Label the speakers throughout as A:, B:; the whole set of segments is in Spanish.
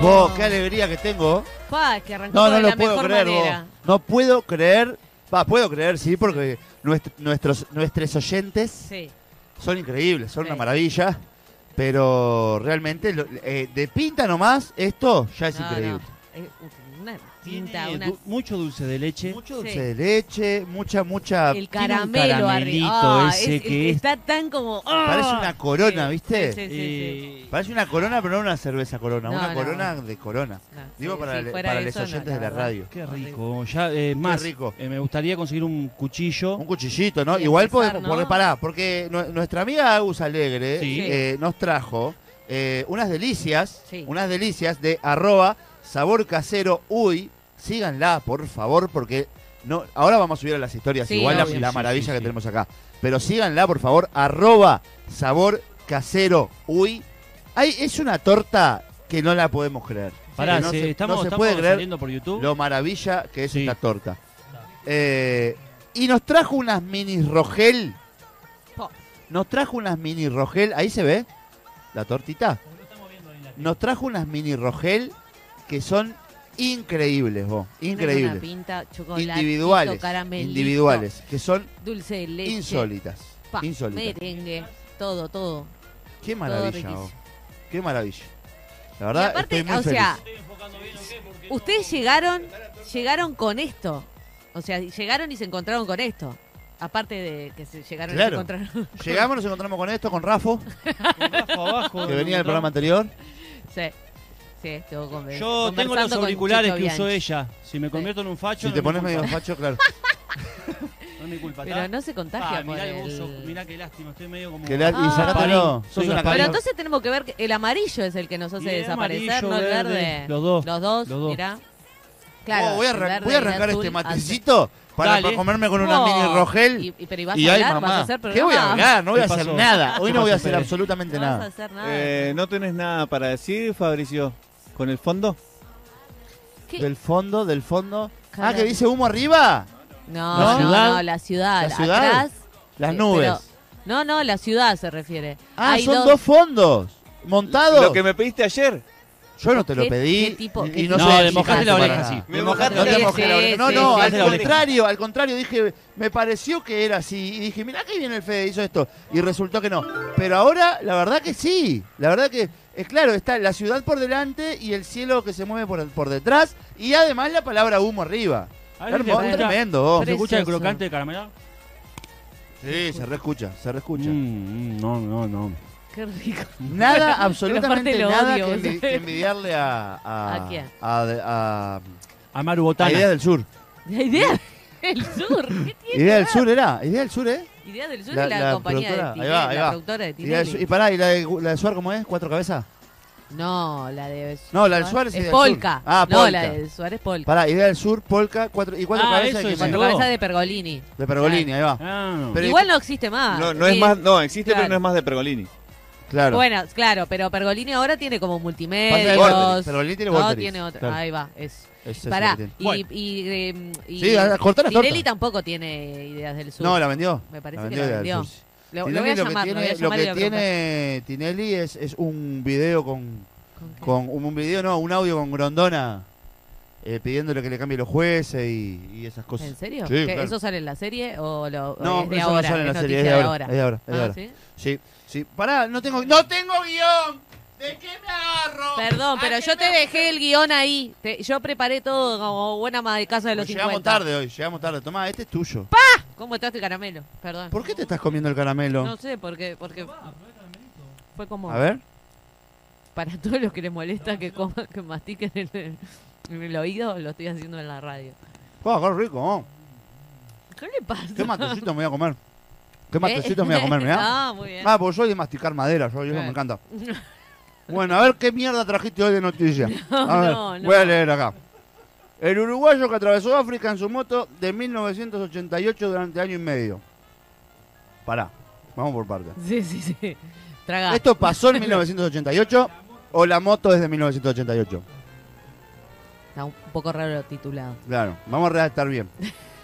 A: Vos, qué alegría que tengo.
B: Pa, que arrancó
A: No, no
B: de
A: lo
B: la
A: puedo
B: mejor
A: creer,
B: manera.
A: vos. No puedo creer. Va, puedo creer, sí, porque nuestro- nuestros, nuestros oyentes
B: Sí.
A: son increíbles, son una
B: Sí.
A: maravilla. Pero realmente, lo- eh, de pinta nomás, esto ya es
B: No,
A: increíble.
B: no. Eh, Una
C: Tiene
B: tinta, una...
C: du- mucho dulce de leche.
A: Mucho
B: Sí.
A: dulce de leche, mucha, mucha.
B: El
C: tiene un
B: caramelo
C: caramelito
B: arriba. Ah,
C: ese
B: es-
C: que es-
B: Está tan como. ah.
A: Parece una corona,
B: Sí,
A: ¿viste?
B: Sí, sí, sí,
C: Eh,
A: Parece una corona, pero no una cerveza corona,
B: No,
A: una
B: no.
A: corona de corona.
B: sí. ah. No,
A: Digo
B: sí,
A: para,
B: si
A: le-
B: fuera
A: para los
B: eso, no,
A: oyentes de la
B: verdad.
A: radio.
C: Qué rico. Ya, eh, más.
A: rico.
C: eh, me gustaría conseguir un cuchillo.
A: Un cuchillito, ¿no?
B: Y
A: Igual
B: empezar,
A: podemos
B: ¿no?
A: por reparar, porque nu- nuestra amiga Agus Alegre
C: Sí.
A: eh, nos trajo eh, unas delicias,
B: Sí.
A: unas delicias de arroba sabor casero uy. Síganla, por favor, porque no, ahora vamos a subir a las historias,
B: Sí,
A: igual la,
C: obvio.
A: la
C: Sí,
A: maravilla
C: sí,
A: que
C: sí.
A: tenemos acá. Pero síganla, por favor, arroba sabor casero uy. Ahí es una torta que no la podemos creer.
C: Pará,
A: que no
C: se-
A: se-
C: estamos,
A: no se
C: estamos
A: puede creer
C: saliendo por YouTube.
A: lo maravilla que es
C: Sí.
A: esta torta. Eh, y nos trajo unas mini rogel.
B: Po.
A: Nos trajo unas mini rogel. Ahí se ve la tortita. Nos trajo unas mini rogel que son increíbles, vos.
B: Tienen Una
A: Increíbles.
B: pinta, chocolatito,
A: Individuales.
B: caramelito,
A: Individuales. Que son
B: Dulce de leche.
A: insólitas.
B: pa,
A: Insólitas.
B: Merengue. Todo, todo.
A: Qué maravilla,
B: riquísimo.
A: vos. Qué maravilla. La
B: Y
A: verdad,
B: aparte,
A: estoy muy
B: o sea,
A: feliz.
B: ustedes llegaron, llegaron con esto. O sea, llegaron y se encontraron con esto. Aparte de que se llegaron y se
A: Claro.
B: encontraron.
A: Llegamos, nos encontramos con esto, con Rafo,
C: Con Rafa abajo,
A: que venía del
C: en un
A: programa
C: tramo.
A: anterior.
B: sí. Sí, estuvo con
C: Yo tengo los auriculares que usó ella. Si me convierto en un facho,
A: Si
C: no
A: te
C: es mi
A: pones
C: culpa.
A: medio facho, claro.
C: No es mi culpa.
B: Pero
C: está.
B: no se
C: Ah,
B: contagia por
C: mirá, el buzo,
B: el-
C: mirá qué lástima, estoy medio como.
A: Que la-
B: Ah.
A: y sacátelo.
C: Parín.
A: Sos una
C: Sí, Parín.
B: Pero
A: cara-
B: entonces tenemos que ver que el amarillo es el que nos hace
C: Y el
B: desaparecer,
C: amarillo,
B: no el
C: verde,
B: verde.
C: los dos,
B: Los dos,
C: los dos.
B: mirá. Claro.
A: Oh, voy a,
B: el
A: arran-
B: verde
A: voy a
B: y el
A: arrancar
B: azul
A: este
B: hace-
A: matecito para,
C: Dale.
A: para comerme con una
B: Oh,
A: mini rogel.
B: Y,
A: Y,
B: y- pero ¿y vas a
A: ay,
B: hablar? ¿Vas a
A: mamá.
B: hacer programa?
A: ¿Qué voy a hablar? No voy a
C: ¿Qué
A: hacer
C: pasó?
A: nada. Hoy
C: ¿Qué
A: no voy a
C: pasó,
A: hacer
C: Pérez?
A: absolutamente
B: No vas a
A: nada.
B: hacer nada.
D: Eh, ¿No tenés nada para decir, Fabricio? ¿Con el fondo?
B: ¿Qué?
A: Del fondo, del fondo. Ah,
B: Caramba.
A: que dice humo arriba.
B: No,
A: ¿La
B: no,
A: ciudad?
B: no, la ciudad.
A: ¿La ciudad?
B: Atrás,
A: Las
B: eh,
A: nubes.
B: pero- no, no, la ciudad se refiere.
A: ah,
B: Hay
A: son dos, fondos. Montados.
D: Lo que me pediste ayer.
A: Yo no te lo
B: ¿Qué-
A: pedí.
B: qué tipo-
A: y
B: qué
A: no,
C: tipo?
A: sé
C: No,
A: si
C: le mojaste
A: casi
C: la
A: para
C: oreja,
A: nada.
C: sí.
D: Me mojaste
A: No
D: la
A: te
D: oreja.
A: mojé la oreja. No,
B: Sí,
A: no,
B: sí,
A: al
C: sí.
A: contrario, al contrario. Dije, me pareció que era así. Y dije, mirá que viene el Fede, hizo esto. Y resultó que no. Pero ahora, la verdad que sí. La verdad que, es claro, está la ciudad por delante y el cielo que se mueve por, por detrás. Y además la palabra humo arriba.
B: Ah,
C: A ver si
A: Hermo-
C: se escucha-
A: tremendo. vos.
C: ¿Se escucha el
B: Precioso.
C: crocante de caramelo?
A: Sí, se reescucha, se reescucha.
C: Mm, mm, no, no, no.
B: Qué rico.
A: Nada,
B: aparte
A: absolutamente
B: lo
A: nada
B: odio,
A: que,
B: o sea.
A: envi- que envidiarle a...
B: ¿A quién?
A: a- a-
C: A Maru
A: a Ideas
C: Botana.
A: del Sur.
B: La idea del sur. ¿Qué tiene?
A: Idea del Sur era, Idea del Sur, ¿eh?
B: Idea del sur
A: La-
B: es la,
A: la
B: compañía de
A: productora,
B: Tinelli,
A: ahí va, ahí
B: la
A: va.
B: productora de
A: Idea del Sur.
B: Tinelli.
A: Y pará, ¿y la de, la de Suar cómo es? ¿Cuatro cabezas?
B: No, la de
A: No, la del Suárez es
B: es
A: del
B: Polka.
A: sur. Ah,
B: No,
A: Polka.
B: la de Suárez Polka.
A: Pará, Idea del Sur, Polka, cuatro, y cuatro
C: Ah,
A: cabezas.
C: eso
A: y
C: es
A: que
B: Cuatro
C: el
A: manda-
C: otro.
B: cabezas de Pergolini.
A: de Pergolini, ahí va.
C: Ah, no.
A: Pero-
B: Igual no existe más.
D: No, no es
B: Sí.
D: más, no, existe,
B: Claro.
D: pero no es más de Pergolini.
A: Claro.
B: Bueno, claro, pero Pergolini ahora tiene como
A: Pasa de
B: multimedios.
A: Vorterix, Pergolini tiene
B: no,
A: Vorterix.
B: tiene otra.
A: Claro,
B: Ahí va, eso.
A: es eso
B: Pará.
A: que tiene.
B: Y,
C: Bueno.
B: y, eh, y-
A: Sí, a- cortá las
B: Tinelli
A: tortas.
B: tampoco tiene ideas del sur.
A: No, la vendió.
B: me parece
A: la
B: que
A: vendió
B: la
A: Idea del
B: vendió.
A: Sur, sí.
B: Lo, lo
A: Tinelli
B: voy a
A: que
B: llamar, lo voy a
A: tiene-
B: llamar y
A: Lo
B: le
A: que
B: voy a preguntar.
A: tiene Tinelli es, es un video con,
B: ¿Con qué?
A: con... Un video, no, un audio con Grondona eh, pidiéndole que le cambie los jueces y, y esas cosas.
B: ¿En serio?
A: Sí,
B: ¿Que
A: claro.
B: ¿Eso sale en la serie o lo o
A: No,
B: es de
A: eso
B: ahora?
A: no sale en la
B: es
A: serie, es de
B: noticia
A: ahora. Es de ahora, es de
B: Ah,
A: ahora.
B: ¿sí?
A: Sí, sí. Pará, no tengo, no tengo guión. ¿De qué me agarro?
B: Perdón,
A: ¿A
B: pero
A: qué
B: yo
A: me
B: te dejé el guión ahí. Te- yo preparé todo como buena ama de casa de los
A: Pues llegamos
B: 50.
A: tarde hoy, llegamos tarde. Tomá, este es tuyo.
B: ¿Cómo entraste el caramelo? Perdón.
A: ¿Por qué te estás comiendo el caramelo?
B: No sé, porque, porque fue como
A: A ver.
B: para todos los que les molesta que coman, que mastiquen en el, en el oído, lo estoy haciendo en la radio.
A: Oh, qué rico. oh.
B: ¿Qué le pasa?
A: ¿Qué matecito me voy a comer? ¿Qué
B: Eh,
A: matecito me voy a comer, mirá?
B: Ah, muy bien.
A: Ah, pues yo soy de masticar madera, yo, yo
B: Claro.
A: me encanta. Bueno, a ver qué mierda trajiste hoy de noticia. A ver,
B: no, no.
A: Voy a leer acá. El uruguayo que atravesó África en su moto de 1988 durante año y medio. Pará, vamos por partes.
B: Sí, sí, sí. Traga.
A: ¿Esto pasó en 1988 o la moto es de 1988?
B: Está un poco raro lo titulado.
A: Claro, vamos a redactar bien.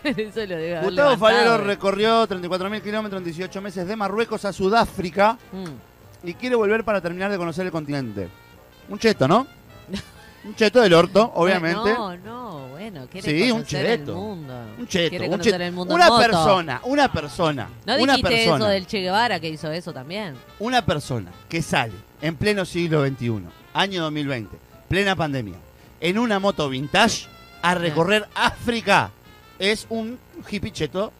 B: Eso lo debe haber
A: Gustavo
B: levantado,
A: Falero
B: eh.
A: recorrió 34.000 kilómetros en 18 meses de Marruecos a Sudáfrica
B: Mm.
A: y quiere volver para terminar de conocer el continente. Un cheto, ¿no? Un cheto del orto, obviamente.
B: Eh, No, no, bueno, quiere
A: Sí, un
B: conocer
A: cheto.
B: el mundo.
A: Un cheto,
B: Quiere
A: un
B: conocer
A: cheto.
B: el mundo en
A: Una
B: moto.
A: persona, una persona.
B: No
A: una
B: dijiste
A: persona.
B: eso del Che Guevara que hizo eso también.
A: Una persona que sale en pleno siglo XXI, año 2020, plena pandemia, en una moto vintage a recorrer África es un hippie cheto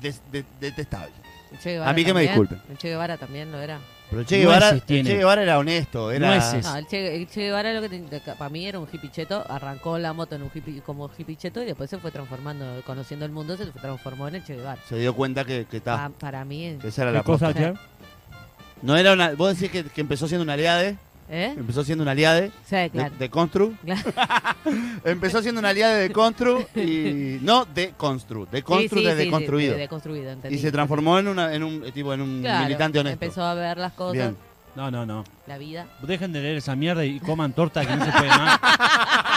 A: des- de- detestable.
B: El Che Guevara
A: A mí que me
B: también.
A: disculpen.
B: El Che Guevara también lo era.
A: Pero Che Guevara,
C: Nueces tiene.
A: Che Guevara era honesto, era
C: Nueces.
B: No, el Che, el Che Guevara lo que ten- para mí era un hippiecheto, arrancó la moto en un hippie, como hippiecheto y después se fue transformando, conociendo el mundo, se transformó en el Che Guevara.
A: se dio cuenta que, que, ta,
B: Pa- para mí, es-
A: que esa era
C: ¿Qué
A: la
C: cosa
A: posta.
C: Javier?
A: No era una, vos decís que, que empezó siendo una aliade,
B: ¿eh?
A: empezó siendo una aliade
B: Sí,
A: de,
B: claro.
A: de Constru.
B: Claro.
A: empezó siendo una aliade de Constru y no de Constru, de Constru
B: Sí, sí,
A: de
B: sí, sí,
A: deconstruido.
B: de deconstruido, entendí.
A: Y se transformó en, una, en un eh, tipo en un
B: Claro,
A: militante honesto.
B: Empezó a ver las cosas,
A: Bien.
C: No, no, no.
B: la vida.
C: Dejen de leer esa mierda y coman torta que no se puede más.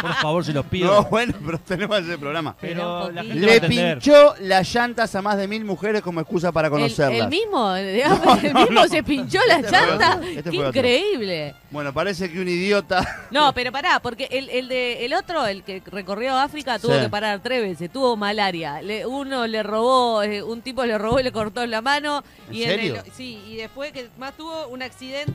C: Por favor, se los pido.
A: No, bueno, pero tenemos ese programa.
C: Pero la gente va a
A: Le
C: entender.
A: pinchó las llantas a más de mil mujeres como excusa para
B: El, el
A: conocerlas.
B: mismo, digamos, el mismo se pinchó la
A: Este fue
B: llanta.
A: otro, este
B: Qué
A: fue otro.
B: increíble.
A: Bueno, parece que un idiota.
B: No, pero pará, porque el, el de el otro, el que recorrió África, tuvo
A: Sí.
B: que parar tres veces, tuvo malaria. Le- uno le robó, eh, un tipo le robó y le cortó la mano.
A: ¿En
B: y
A: serio?
B: el- sí, y después que más tuvo un accidente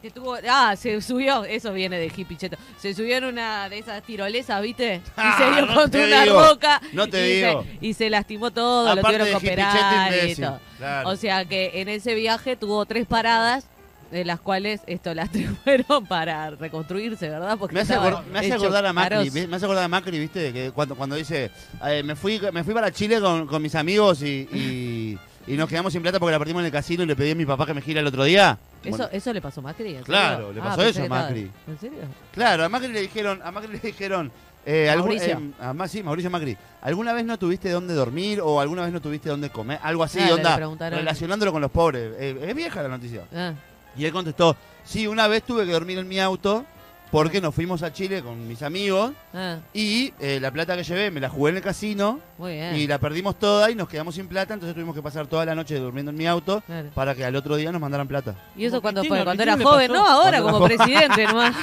B: que tuvo. Ah, se subió, eso viene de hippie cheto. Se subió en una de esas tirolesas, ¿viste? Y se dio
A: Ah, No
B: contra
A: te
B: una
A: digo,
B: roca.
A: no te
B: y se-
A: digo.
B: y se lastimó todo, lo
A: Aparte
B: tuvieron
A: de
B: que operar
A: hippie
B: y
A: imbécil.
B: todo.
A: Claro.
B: O sea que en ese viaje tuvo tres paradas, de las cuales esto las tres fueron para reconstruirse, ¿verdad? Porque
A: me hace,
B: estaban
A: acor- me hace
B: hechos
A: acordar a Macri,
B: caros.
A: ¿ves? me hace acordar a Macri, viste, que cuando, cuando dice, eh, me, fui, me fui para Chile con, con mis amigos y, y- y nos quedamos sin plata porque la perdimos en el casino y le pedí a mi papá que me gira el otro día.
B: ¿Eso,
A: Bueno,
B: ¿Eso le pasó a Macri? ¿En serio? Ah,
A: Claro, le pasó
B: pensé
A: eso a
B: que estaba-
A: Macri.
B: ¿En serio?
A: Claro, a Macri le dijeron, a Macri le dijeron, eh, algún-
B: Mauricio.
A: eh, a Ma- sí, Mauricio Macri, ¿alguna vez no tuviste dónde dormir o alguna vez no tuviste dónde comer? Algo así,
B: Claro, Ah, le
A: onda,
B: preguntaron.
A: relacionándolo con los pobres. Eh, es vieja la noticia.
B: Ah,
A: Y él contestó, sí, una vez tuve que dormir en mi auto porque nos fuimos a Chile con mis amigos
B: ah,
A: y eh, la plata que llevé me la jugué en el casino
B: muy bien.
A: y la perdimos toda y nos quedamos sin plata, entonces tuvimos que pasar toda la noche durmiendo en mi auto
B: Claro.
A: para que al otro día nos mandaran plata.
B: ¿Y eso
C: Como
B: cuando
C: Cristina,
B: fue? ¿Cuando era
C: Cristina le
B: joven?
C: pasó.
B: No, ahora
A: Cuando
B: como presidente nomás.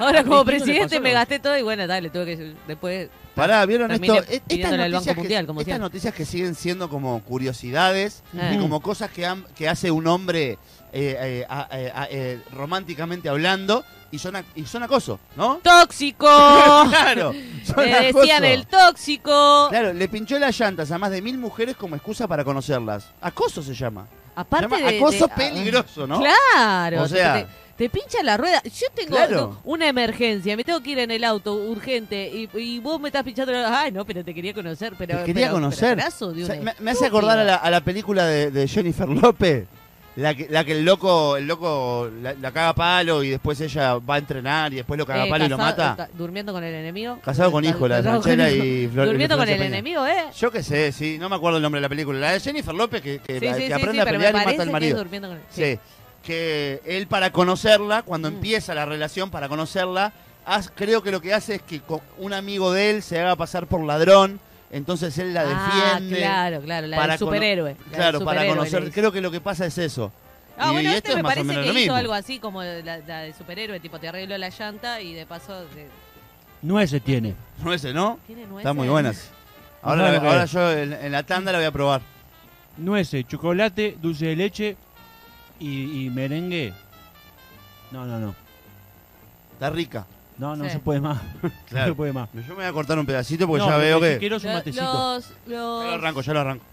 B: Ahora como
C: Cristina le
B: presidente
C: pasó.
B: me gasté todo y bueno, dale, tuve que... Después...
A: Pará, ¿vieron
B: Terminé
A: esto? E- Estas
B: pidiéndole al Banco
A: noticias, que,
B: Mundial, como
A: estas
B: siempre.
A: noticias que siguen siendo como curiosidades
B: Ah.
A: y como cosas que, han- que hace un hombre eh, eh, a- eh, a- eh, románticamente hablando y son, ac- y son acoso, ¿no?
B: ¡Tóxico! Oh.
A: claro, son
B: Me decían
A: acoso.
B: el tóxico.
A: Claro, le pinchó las llantas a más de mil mujeres como excusa para conocerlas. Acoso se llama. Se
B: Aparte
A: llama
B: de...
A: acoso
B: de-
A: peligroso, ¿no?
B: Claro.
A: O sea-
B: te, te pincha la rueda. Yo tengo
A: Claro.
B: no, una emergencia, me tengo que ir en el auto urgente y, y vos me estás pinchando la Ay, no, pero te quería conocer. Pero,
A: Te quería
B: pero-
A: conocer.
B: pero brazo de
A: O
B: una
A: sea, me, me
B: estúpida.
A: hace acordar a la, a la película de, de Jennifer López. La que, la que el loco, el loco la, la caga a palo y después ella va a entrenar y después lo caga a
B: Eh,
A: palo y lo
B: casado-
A: mata.
B: ca- durmiendo con el enemigo.
A: Casado con hijo, la de
B: Casado con
A: Franchella
B: hijo.
A: y Flor-
B: Durmiendo con
A: Florencia
B: el
A: Peña.
B: enemigo, ¿eh?
A: Yo qué sé, sí, no me acuerdo el nombre de la película. La de Jennifer López que, que-
B: Sí, sí,
A: que
B: sí, sí,
A: aprende a
B: pero me
A: pelear y
B: parece
A: mata al
B: que
A: marido.
B: durmiendo con el-
A: Sí. que él para conocerla, cuando
B: Mm.
A: empieza la relación para conocerla, haz- creo que lo que hace es que co- un amigo de él se haga pasar por ladrón, entonces él la
B: Ah,
A: defiende.
B: claro, claro, la
A: para
B: del
A: cono-
B: superhéroe. la del
A: Claro, para
B: superhéroe le
A: conocer.
B: dice.
A: Creo que lo que pasa es eso.
B: Ah,
A: y
B: bueno,
A: esto
B: este me
A: es más o
B: parece
A: menos
B: que
A: lo
B: hizo
A: mismo.
B: algo así como la, la de superhéroe, tipo te arreglo la llanta y de paso te-
C: Nueces tiene.
A: No ese, ¿no?
B: tiene
A: Están muy
B: nueces.
A: buenas. Ahora,
C: Claro
A: la-
C: que-
A: ahora yo en, en la tanda la voy a probar.
C: Nueces, chocolate, dulce de leche y, y merengue. No, no, no.
A: Está rica.
C: No, no
B: Sí.
C: se puede más. No se puede más.
A: Yo me voy a cortar un pedacito porque
C: No,
A: Pues ya
C: lo
A: veo
C: sí
A: que.
C: Quiero es un
B: Lo-
C: matecito.
B: Los,
A: Ya lo
B: los,
A: arranco, ya lo arranco.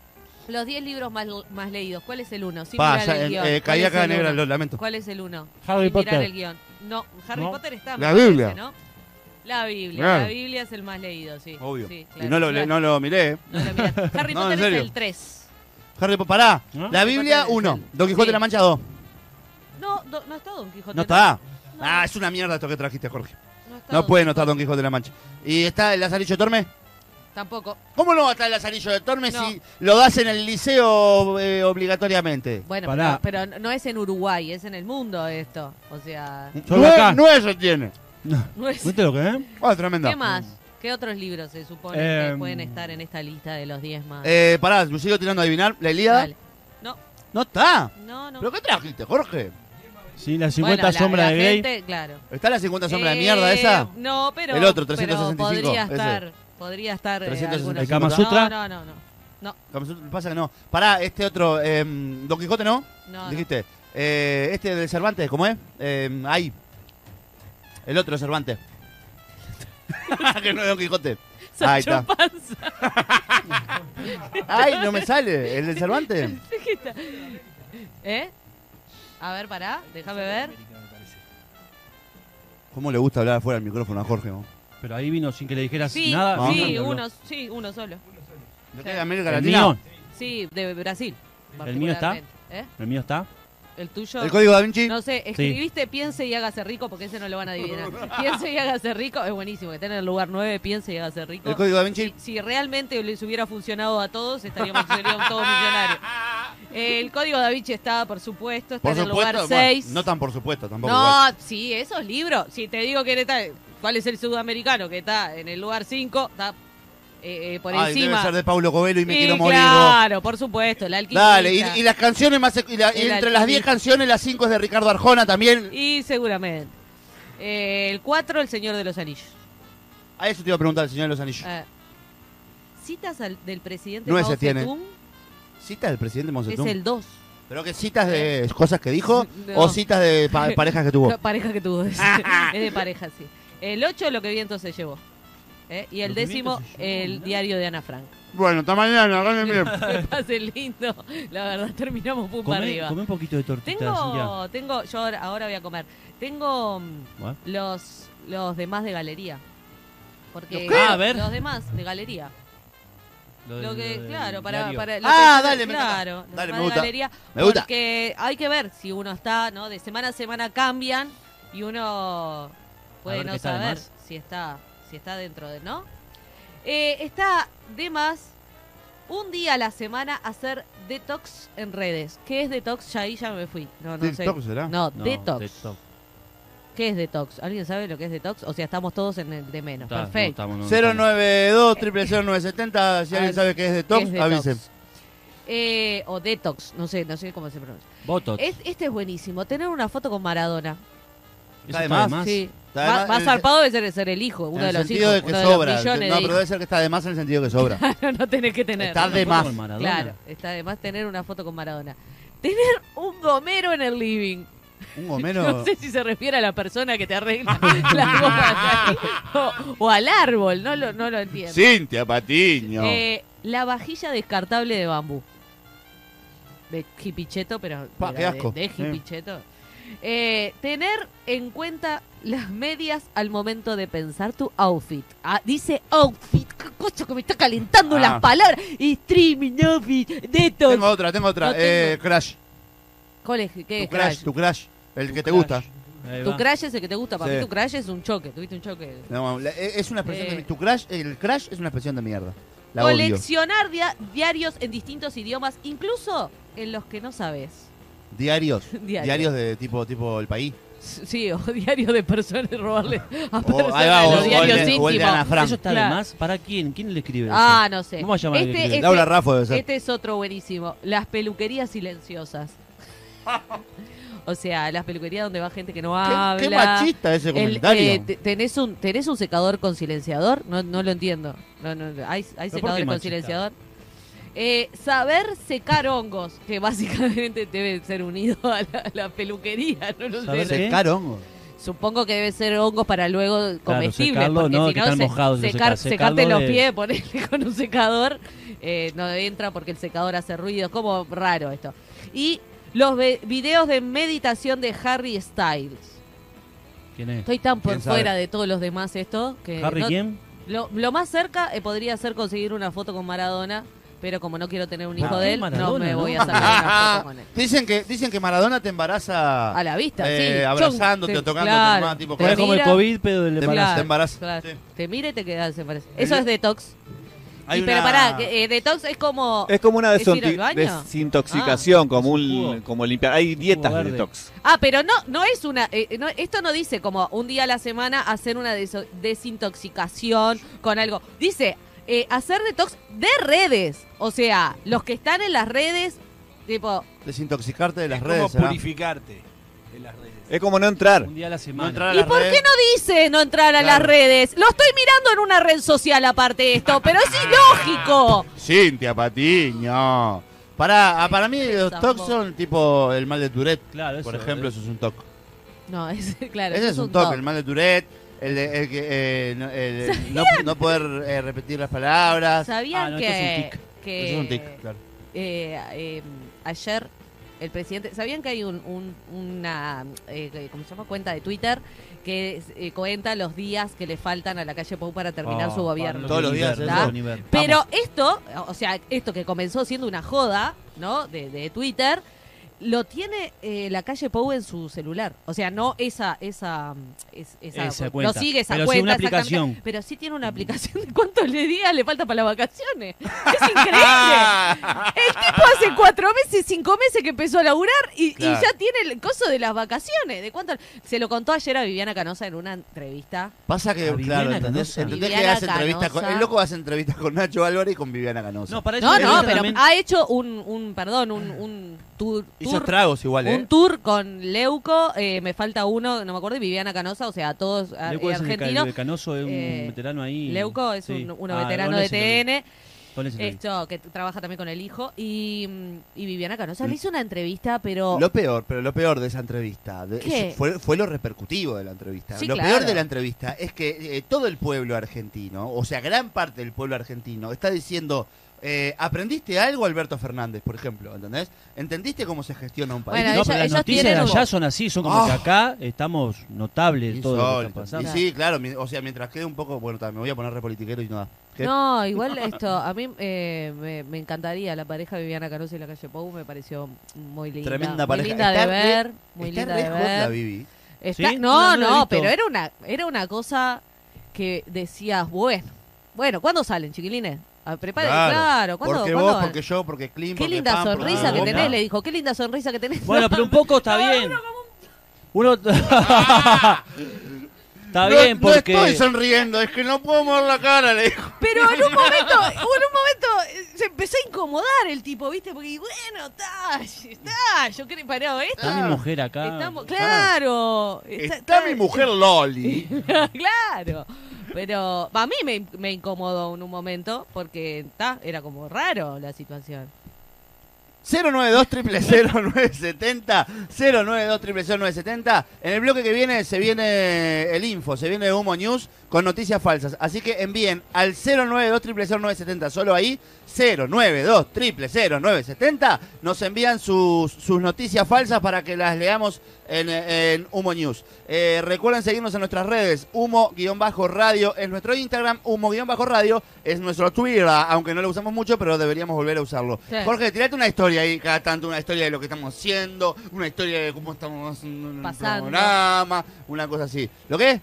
B: los 10 libros más, más leídos, ¿cuál es el uno? Sin
A: Pa,
B: mirar
A: ya,
B: el
A: en-
B: guión.
A: eh,
B: ¿Cuál
A: caí
B: es
A: acá
B: el
A: negra,
B: uno?
A: lo lamento.
B: ¿Cuál es el uno?
C: Harry
B: Sin mirar
C: Potter.
B: el guión. No, Harry
C: No.
B: Potter está.
A: La
B: me parece,
A: Biblia.
B: ¿no? La Biblia,
A: Claro.
B: la Biblia es el más leído, sí.
A: Obvio.
B: Sí,
A: y
B: claro,
A: no lo,
B: claro.
A: no lo miré. eh.
B: No lo mirás. Harry
A: No, en
B: Potter es
A: serio.
B: el 3.
A: Harry Potter, pará.
C: ¿No?
A: La Biblia
B: Harry Potter es
A: 1,
B: el-
A: Don Quijote
B: Sí.
A: de la Mancha 2.
B: No, do- no está Don Quijote.
A: No está.
B: No.
A: Ah, es una mierda esto que trajiste, Jorge.
B: No, está
A: No
B: Don
A: puede no estar
B: Quijote.
A: Don Quijote de la Mancha. ¿Y está el Lazarillo de Tormes?
B: Tampoco.
A: ¿Cómo no va a estar el Lazarillo de Tormes
B: No.
A: si lo das en el liceo eh, obligatoriamente?
B: Bueno, pero,
C: Pará.
B: pero no es en Uruguay, es en el mundo esto. O sea,
C: Solo acá.
A: No eso tiene.
C: No.
B: no es.
C: ¿Viste lo que eh? es?
A: Ah, tremenda.
B: ¿Qué más? ¿Qué otros libros se supone
C: Eh,
B: que pueden estar en esta lista de los 10 más?
A: Eh, pará, yo sigo tirando a adivinar. ¿La Elíada?
B: Dale. No,
A: No está.
B: no, no.
A: ¿Pero qué trajiste, Jorge?
C: Sí, las 50
B: Bueno, la-
C: sombras
B: la
C: de Grey.
B: gente, claro.
A: ¿Está la 50 sombra de
B: Eh,
A: mierda esa?
B: No, pero.
A: El otro,
B: pero
A: 365,
B: podría
A: ese.
B: estar. Podría estar. eh,
A: 365.
C: ¿El Kama
B: algunos-
C: Sutra?
B: No, no, no. no.
A: Capaz- Pasa que no. Pará, este otro, em, Don Quijote, ¿no?
B: no, no.
A: Dijiste. Eh, este del Cervantes, ¿cómo es? Eh, ahí. El otro Cervantes. que no es Don Quijote.
B: Sancho
A: Ahí está.
B: Panza.
A: Ay, no me sale. ¿El del Cervantes?
B: ¿Eh? A ver, pará, déjame ver.
A: ¿Cómo le gusta hablar afuera del micrófono a Jorge? ¿no?
C: Pero ahí vino sin que le dijeras
B: Sí,
C: nada.
A: Ah,
B: sí,
C: No, no, no.
B: uno, sí, uno solo. Sí.
A: ¿De qué, América
C: El
A: Latina?
C: mío,
B: Sí, de Brasil.
C: ¿El mío está?
B: particularmente. ¿Eh?
C: el mío está.
B: El tuyo.
A: ¿El código da Vinci?
B: No sé, escribiste Piense y hágase rico porque ese no lo van a adivinar. piense y hágase rico es buenísimo, que está en el lugar 9, piense y hágase rico.
A: ¿El código da Vinci?
B: Si, si realmente les hubiera funcionado a todos, estaríamos seríamos todos millonarios. Eh, El código da Vinci está, por supuesto, está
A: Por
B: en el
A: supuesto.
B: lugar
A: bueno,
B: 6.
A: no tan por supuesto tampoco. igual.
B: No, sí, esos libros. Si te digo que está, cuál es el sudamericano que está en el lugar 5, está eh, eh, por
A: Ay,
B: encima.
A: debe ser de Paulo Coelho y me
B: Sí,
A: quiero morir. vos.
B: claro, por supuesto, la alquimia.
A: Dale, y, y las canciones más. y la- y
B: El
A: entre las 10
B: alquimista.
A: canciones, las 5 es de Ricardo Arjona también.
B: Y seguramente. Eh, el 4, El Señor de los Anillos.
A: A eso te iba a preguntar el señor de los anillos.
B: Eh, citas al- del presidente
A: No,
B: Mao
A: ese tiene.
B: Zedong
A: ¿Citas del presidente
B: es
A: Monsetón?
B: el 2.
A: ¿Pero que citas de cosas que dijo
B: Eh. No.
A: o citas de pa- parejas que tuvo?
B: La pareja que tuvo. es es de pareja, sí. El 8, Lo que viento se llevó. Eh, Y el
C: Lo que viento
B: décimo,
C: se llevó,
B: El
C: mirá.
B: diario de Ana Frank.
A: Bueno, hasta mañana, gane bien.
B: Que pasen lindo. La verdad, terminamos pum para
C: Come,
B: arriba.
C: come un poquito de tortita, Cintia.
B: Tengo, tengo, yo ahora, ahora voy a comer. Tengo mm,
C: Bueno.
B: los, los demás de galería. Porque
C: ¿Los qué? Ah, a ver.
B: los demás de galería. Lo
C: del-
B: que,
C: lo del
B: claro, para,
C: diario.
B: para- lo
A: Ah,
B: que-
A: dale, me encanta.
B: claro, los demás
A: Dale, me
B: de
A: gusta.
B: galería,
A: Me gusta.
B: Porque hay que ver si uno está, ¿no? De semana a semana cambian y uno puede
C: ver qué
B: no
C: está de
B: saber
C: más.
B: si está, si está dentro de, ¿no? Eh, está de más un día a la semana hacer detox en redes. ¿Qué es detox? Ya ahí ya me fui. No, no sé.
A: TikTok será.
B: No,
C: No,
B: detox.
C: detox.
B: ¿Qué es detox? ¿Alguien sabe lo que es detox? O sea, estamos todos en el de menos.
C: Está, no
B: Perfecto.
C: estamos, no estamos.
A: 092 0970 Si alguien
B: Ah,
A: sabe que es de
B: ¿Qué
A: Tox,
B: es detox?
A: avisen.
B: Eh, o detox, no sé, no sé cómo se pronuncia.
C: Botox.
B: Es- este es buenísimo, tener una foto con Maradona.
C: Eso
A: de
C: está
A: más.
C: de más.
B: Sí.
A: Está de
B: Más,
A: más
B: más
A: el-
B: zarpado debe ser, ser el hijo,
A: En
B: uno de
A: el
B: los
A: sentido
B: hijos,
A: de que
B: uno de
A: sobra.
B: los millones
A: No,
B: de
A: pero debe ser que está de más en el sentido que sobra.
B: hijos. no tenés que tener.
A: Está de
C: Una foto
A: más.
C: con Maradona.
B: Claro, está de más tener una foto con Maradona. Tener un gomero en el living.
A: Un gomero.
B: No sé si se refiere a la persona que te arregla las bodas ahí, o, o al árbol, no lo, no lo entiendo.
A: Cintia Patiño.
B: Eh, la vajilla descartable de bambú. De jipicheto, pero,
A: Pa,
B: pero
A: qué asco.
B: de, de jipicheto. Eh, tener en cuenta las medias al momento de pensar tu outfit. Ah, dice outfit, qué cosa que me está calentando
A: Ah.
B: las palabras. Y streaming, outfit, detox.
A: Tengo otra, tengo otra.
B: No
A: eh,
B: tengo.
A: Crash.
B: ¿Cuál es? ¿Qué
A: Tu
B: es
A: crash,
B: crash?
A: tu crash. El que te
C: Crash.
A: gusta.
C: Ahí
B: Tu
C: va.
B: crash es el que te gusta. Para
A: Sí.
B: mí tu crash es un choque. Tuviste un choque.
A: No, la- eh, es una expresión de
B: Eh.
A: mi- Tu crash, el crash es una expresión de mierda. La odio.
B: Coleccionar dia- diarios en distintos idiomas, incluso en los que no sabes.
A: Diarios.
B: Diarios.
A: Diarios de tipo, tipo el país.
B: Sí, o diario de personas, robarle a personas
A: Oh, ahí va, o-
B: los
A: o el
B: diarios
A: de- o el de Ana
B: íntimos.
A: Frank.
C: Eso está de
B: Claro.
C: más. ¿Para quién? ¿Quién le escribe? eso?
B: Ah, no sé.
C: ¿Cómo va a llamar el
B: este,
C: que escribe?
B: este-
A: Laura Raffo debe ser.
B: este es otro buenísimo. Las peluquerías silenciosas. o sea, las peluquerías donde va gente que no
A: ¿Qué-
B: habla.
A: ¿Qué, machista ese
B: El,
A: comentario.
B: eh, te- tenés, un, ¿Tenés un secador con silenciador? No, no lo entiendo. No, no, ¿Hay, hay
C: qué
B: secadores con
C: machista?
B: silenciador? Eh, saber secar hongos, que básicamente debe ser unido a la, a la peluquería. No lo
C: Saber
B: sé.
C: ¿Qué?
A: Secar hongos.
B: Supongo que debe ser hongos para luego comestibles.
C: secarlo,
B: porque
C: no,
B: si
C: que
B: no,
C: están
B: se-
C: mojados, no
B: secar-
C: secar-
B: secarte
C: secarlo
B: los
C: de-
B: pies, ponerle con un secador, eh, no entra porque el secador hace ruido. Es como raro esto. Y los ve- videos de meditación de Harry Styles.
C: ¿Quién es?
B: Estoy tan por
A: ¿Quién sabe?
B: fuera de todos los demás esto que
C: ¿Harry
B: no-
C: quién?
B: lo, lo más cerca eh, podría ser conseguir una foto con Maradona, pero como no quiero tener un hijo
C: Ah,
B: de él, no
C: Maradona,
B: me
C: ¿no?
B: voy a sacar una foto con él.
A: Ah, Dicen que, dicen que Maradona te embaraza.
B: A la vista,
A: Eh,
B: sí.
A: abrazándote
B: Chon,
A: o tocándote
B: claro,
A: nomás, tipo,
B: te
A: Pero
C: Es como el
B: mira-
C: COVID, pero
A: te,
C: del embarazo.
B: Claro,
A: te embaraza.
B: Claro.
A: Sí.
B: Te mira y te quedas, se parece.
A: El-
B: Eso es detox.
A: Hay
B: Y Pero
A: una-
B: pará, que, eh, detox es como.
D: Es como una
B: ¿Es ir al
D: desinti-
B: baño?
D: desintoxicación, como
C: Es un
D: un
C: jugo.
D: como limpiar. Hay dietas de
C: verde.
D: detox.
B: Ah, pero no, no es una. eh, no- esto no dice como un día a la semana hacer una deso- desintoxicación con algo. Dice eh, hacer detox de redes. O sea, los que están en las redes, tipo.
A: Desintoxicarte de las
E: Es
A: redes.
E: como
A: ¿será?
E: purificarte. en las redes.
D: Es como no entrar.
C: Un día a la semana.
A: entrar a
B: ¿Y
A: las
B: por qué
A: redes.
B: no dice no entrar a las
A: Claro.
B: redes? Lo estoy mirando en una red social aparte de esto, pero es ilógico.
A: Cintia Patiño. Para, ah, para mí los
B: Esa
A: tocs
B: voz.
A: son tipo el mal de Tourette.
C: Claro,
A: Por
C: eso,
A: ejemplo,
C: eh.
A: eso es un toque.
B: No, es, claro,
A: Ese
B: eso
A: es un toque,
B: toc.
A: el mal de Tourette, el, de- el que, eh, no, el- no, no poder eh, repetir las palabras.
B: ¿Sabían
C: Ah, no, esto es un
B: que,
C: tic.
B: que,
A: Eso es un tic, claro.
B: eh, eh, ayer el presidente, ¿sabían que hay un, un- una eh, ¿cómo se llama? cuenta de Twitter que eh, cuenta los días que le faltan a la calle Pou para terminar
C: Ah,
B: su gobierno?
D: Todos los días,
C: Pablo,
B: eso.
C: Univer.
B: Pero esto, o sea, esto que comenzó siendo una joda, ¿no? De, de Twitter, lo tiene eh, la calle Pou en su celular. O sea, no esa, esa, mm, es- esa,
C: Esa cuenta.
B: no sigue esa
C: Pero sí
B: cuenta.
C: una
B: exactamente.
C: aplicación.
B: Pero sí tiene una aplicación de cuántos le días le falta para las vacaciones. Es increíble. El tipo hace cuatro meses, cinco meses que empezó a laburar y, y
A: Claro.
B: ya tiene el coso de las vacaciones. ¿De cuánto? Se lo contó ayer a Viviana Canosa en una entrevista.
A: Pasa que,
C: A Viviana
A: claro, entendés,
C: Canosa.
A: entendés que
B: Viviana
A: hace entrevistas con,
B: Canosa.
A: el loco hace entrevistas con Nacho Álvarez y con Viviana Canosa.
C: No, para eso
B: No,
C: es
B: no, pero
C: también-
B: ha hecho un, un perdón, un, un tour,
A: Hizo
B: tour-
A: tragos igual, ¿eh?
B: un tour con Leuco, eh, me falta uno, no me acuerdo, y Viviana Canosa, o sea, a todos a-
C: Leuco es el
B: argentinos.
C: ca- el canoso es un
B: eh,
C: veterano ahí.
B: Leuco es
C: Sí.
B: un, un
C: Ah,
B: veterano
C: con
B: de
C: ese lo vi,
B: TN,
C: con ese lo vi.
B: esto, que t- trabaja también con el hijo, y, mm, y Viviana Canosa le hizo una entrevista, pero...
A: Lo peor, pero lo peor de esa entrevista de-
B: ¿Qué?
A: Fue, fue lo repercutivo de la entrevista.
B: Sí,
A: lo
B: claro.
A: peor de la entrevista es que eh, todo el pueblo argentino, o sea, gran parte del pueblo argentino, está diciendo, eh, ¿aprendiste algo Alberto Fernández, por ejemplo? ¿Entendés? ¿Entendiste cómo se gestiona un país?
B: Bueno,
C: no,
B: ellos-
C: pero las
B: ellos
C: noticias de
B: tienen
C: allá
B: un-
C: son así, son como
A: Ah.
C: que acá estamos notables de todo lo que
A: Insólito.
C: está pasando.
A: Y sí, claro, mi- o sea, mientras quede un poco, bueno, ta, me voy a poner repolitiquero y nada. ¿Qué?
B: No, igual esto, a mí eh, me, me encantaría la pareja Viviana Canosa y la calle Pou, me pareció muy linda. muy
A: Tremenda pareja.
B: linda de
A: Está re-
B: ver, muy
A: Está
B: linda
A: re
B: de
A: hot la
B: ver.
A: Vivi.
B: Está-
C: ¿Sí?
B: No, no,
C: No, no he visto.
B: pero era una, era una cosa que decías, bueno, bueno, ¿cuándo salen, chiquilines? Ah, Preparen,
A: Claro,
B: claro, ¿cuándo?
A: Porque
B: cuándo
A: vos,
B: van?
A: porque yo, porque Klim,
B: Qué
A: porque
B: linda
A: Pam, porque
B: sonrisa que
A: vos.
B: tenés, le dijo, qué linda sonrisa que tenés.
C: Bueno, pero un poco está bien. Uno. está
A: No, no
C: bien, porque.
A: estoy sonriendo, es que no puedo mover la cara, le dijo.
B: Pero en un momento, en un momento eh, se empezó a incomodar el tipo, ¿viste? Porque, bueno, está, está, yo creo, parado esto.
C: Está mi mujer acá.
B: Estamos, claro.
A: Ah. Está mi mujer Loli.
B: claro. Pero a mí me, me incomodó en un momento porque ta, era como raro la situación.
A: 092 triple 0970 092 triple 0970 En el bloque que viene se viene el info, se viene Humo News con noticias falsas. Así que envíen al 092 triple 0970 solo ahí, 092 triple 0970 nos envían sus, sus noticias falsas para que las leamos en, en Humo News. Eh, recuerden seguirnos en nuestras redes, humo-radio es nuestro Instagram, humo-radio es nuestro Twitter, aunque no lo usamos mucho, pero deberíamos volver a usarlo.
B: Sí.
A: Jorge, tirate una historia ahí, cada tanto, una historia de lo que estamos haciendo, una historia de cómo estamos haciendo un
B: Pasando.
A: programa, una cosa así. ¿Lo qué?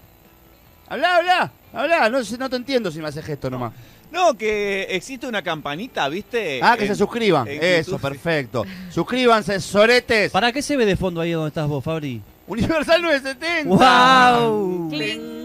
A: Habla, habla, habla, no, sé- no te entiendo si me haces gesto nomás.
D: No, que existe una campanita, ¿viste?
A: Ah, que
D: En-
A: se suscriban.
D: en
A: Eso,
D: YouTube,
A: perfecto. Suscríbanse, soretes.
C: ¿Para qué se ve de fondo ahí donde estás vos, Fabri?
A: Universal 970.
C: ¡Wow!
B: Cling.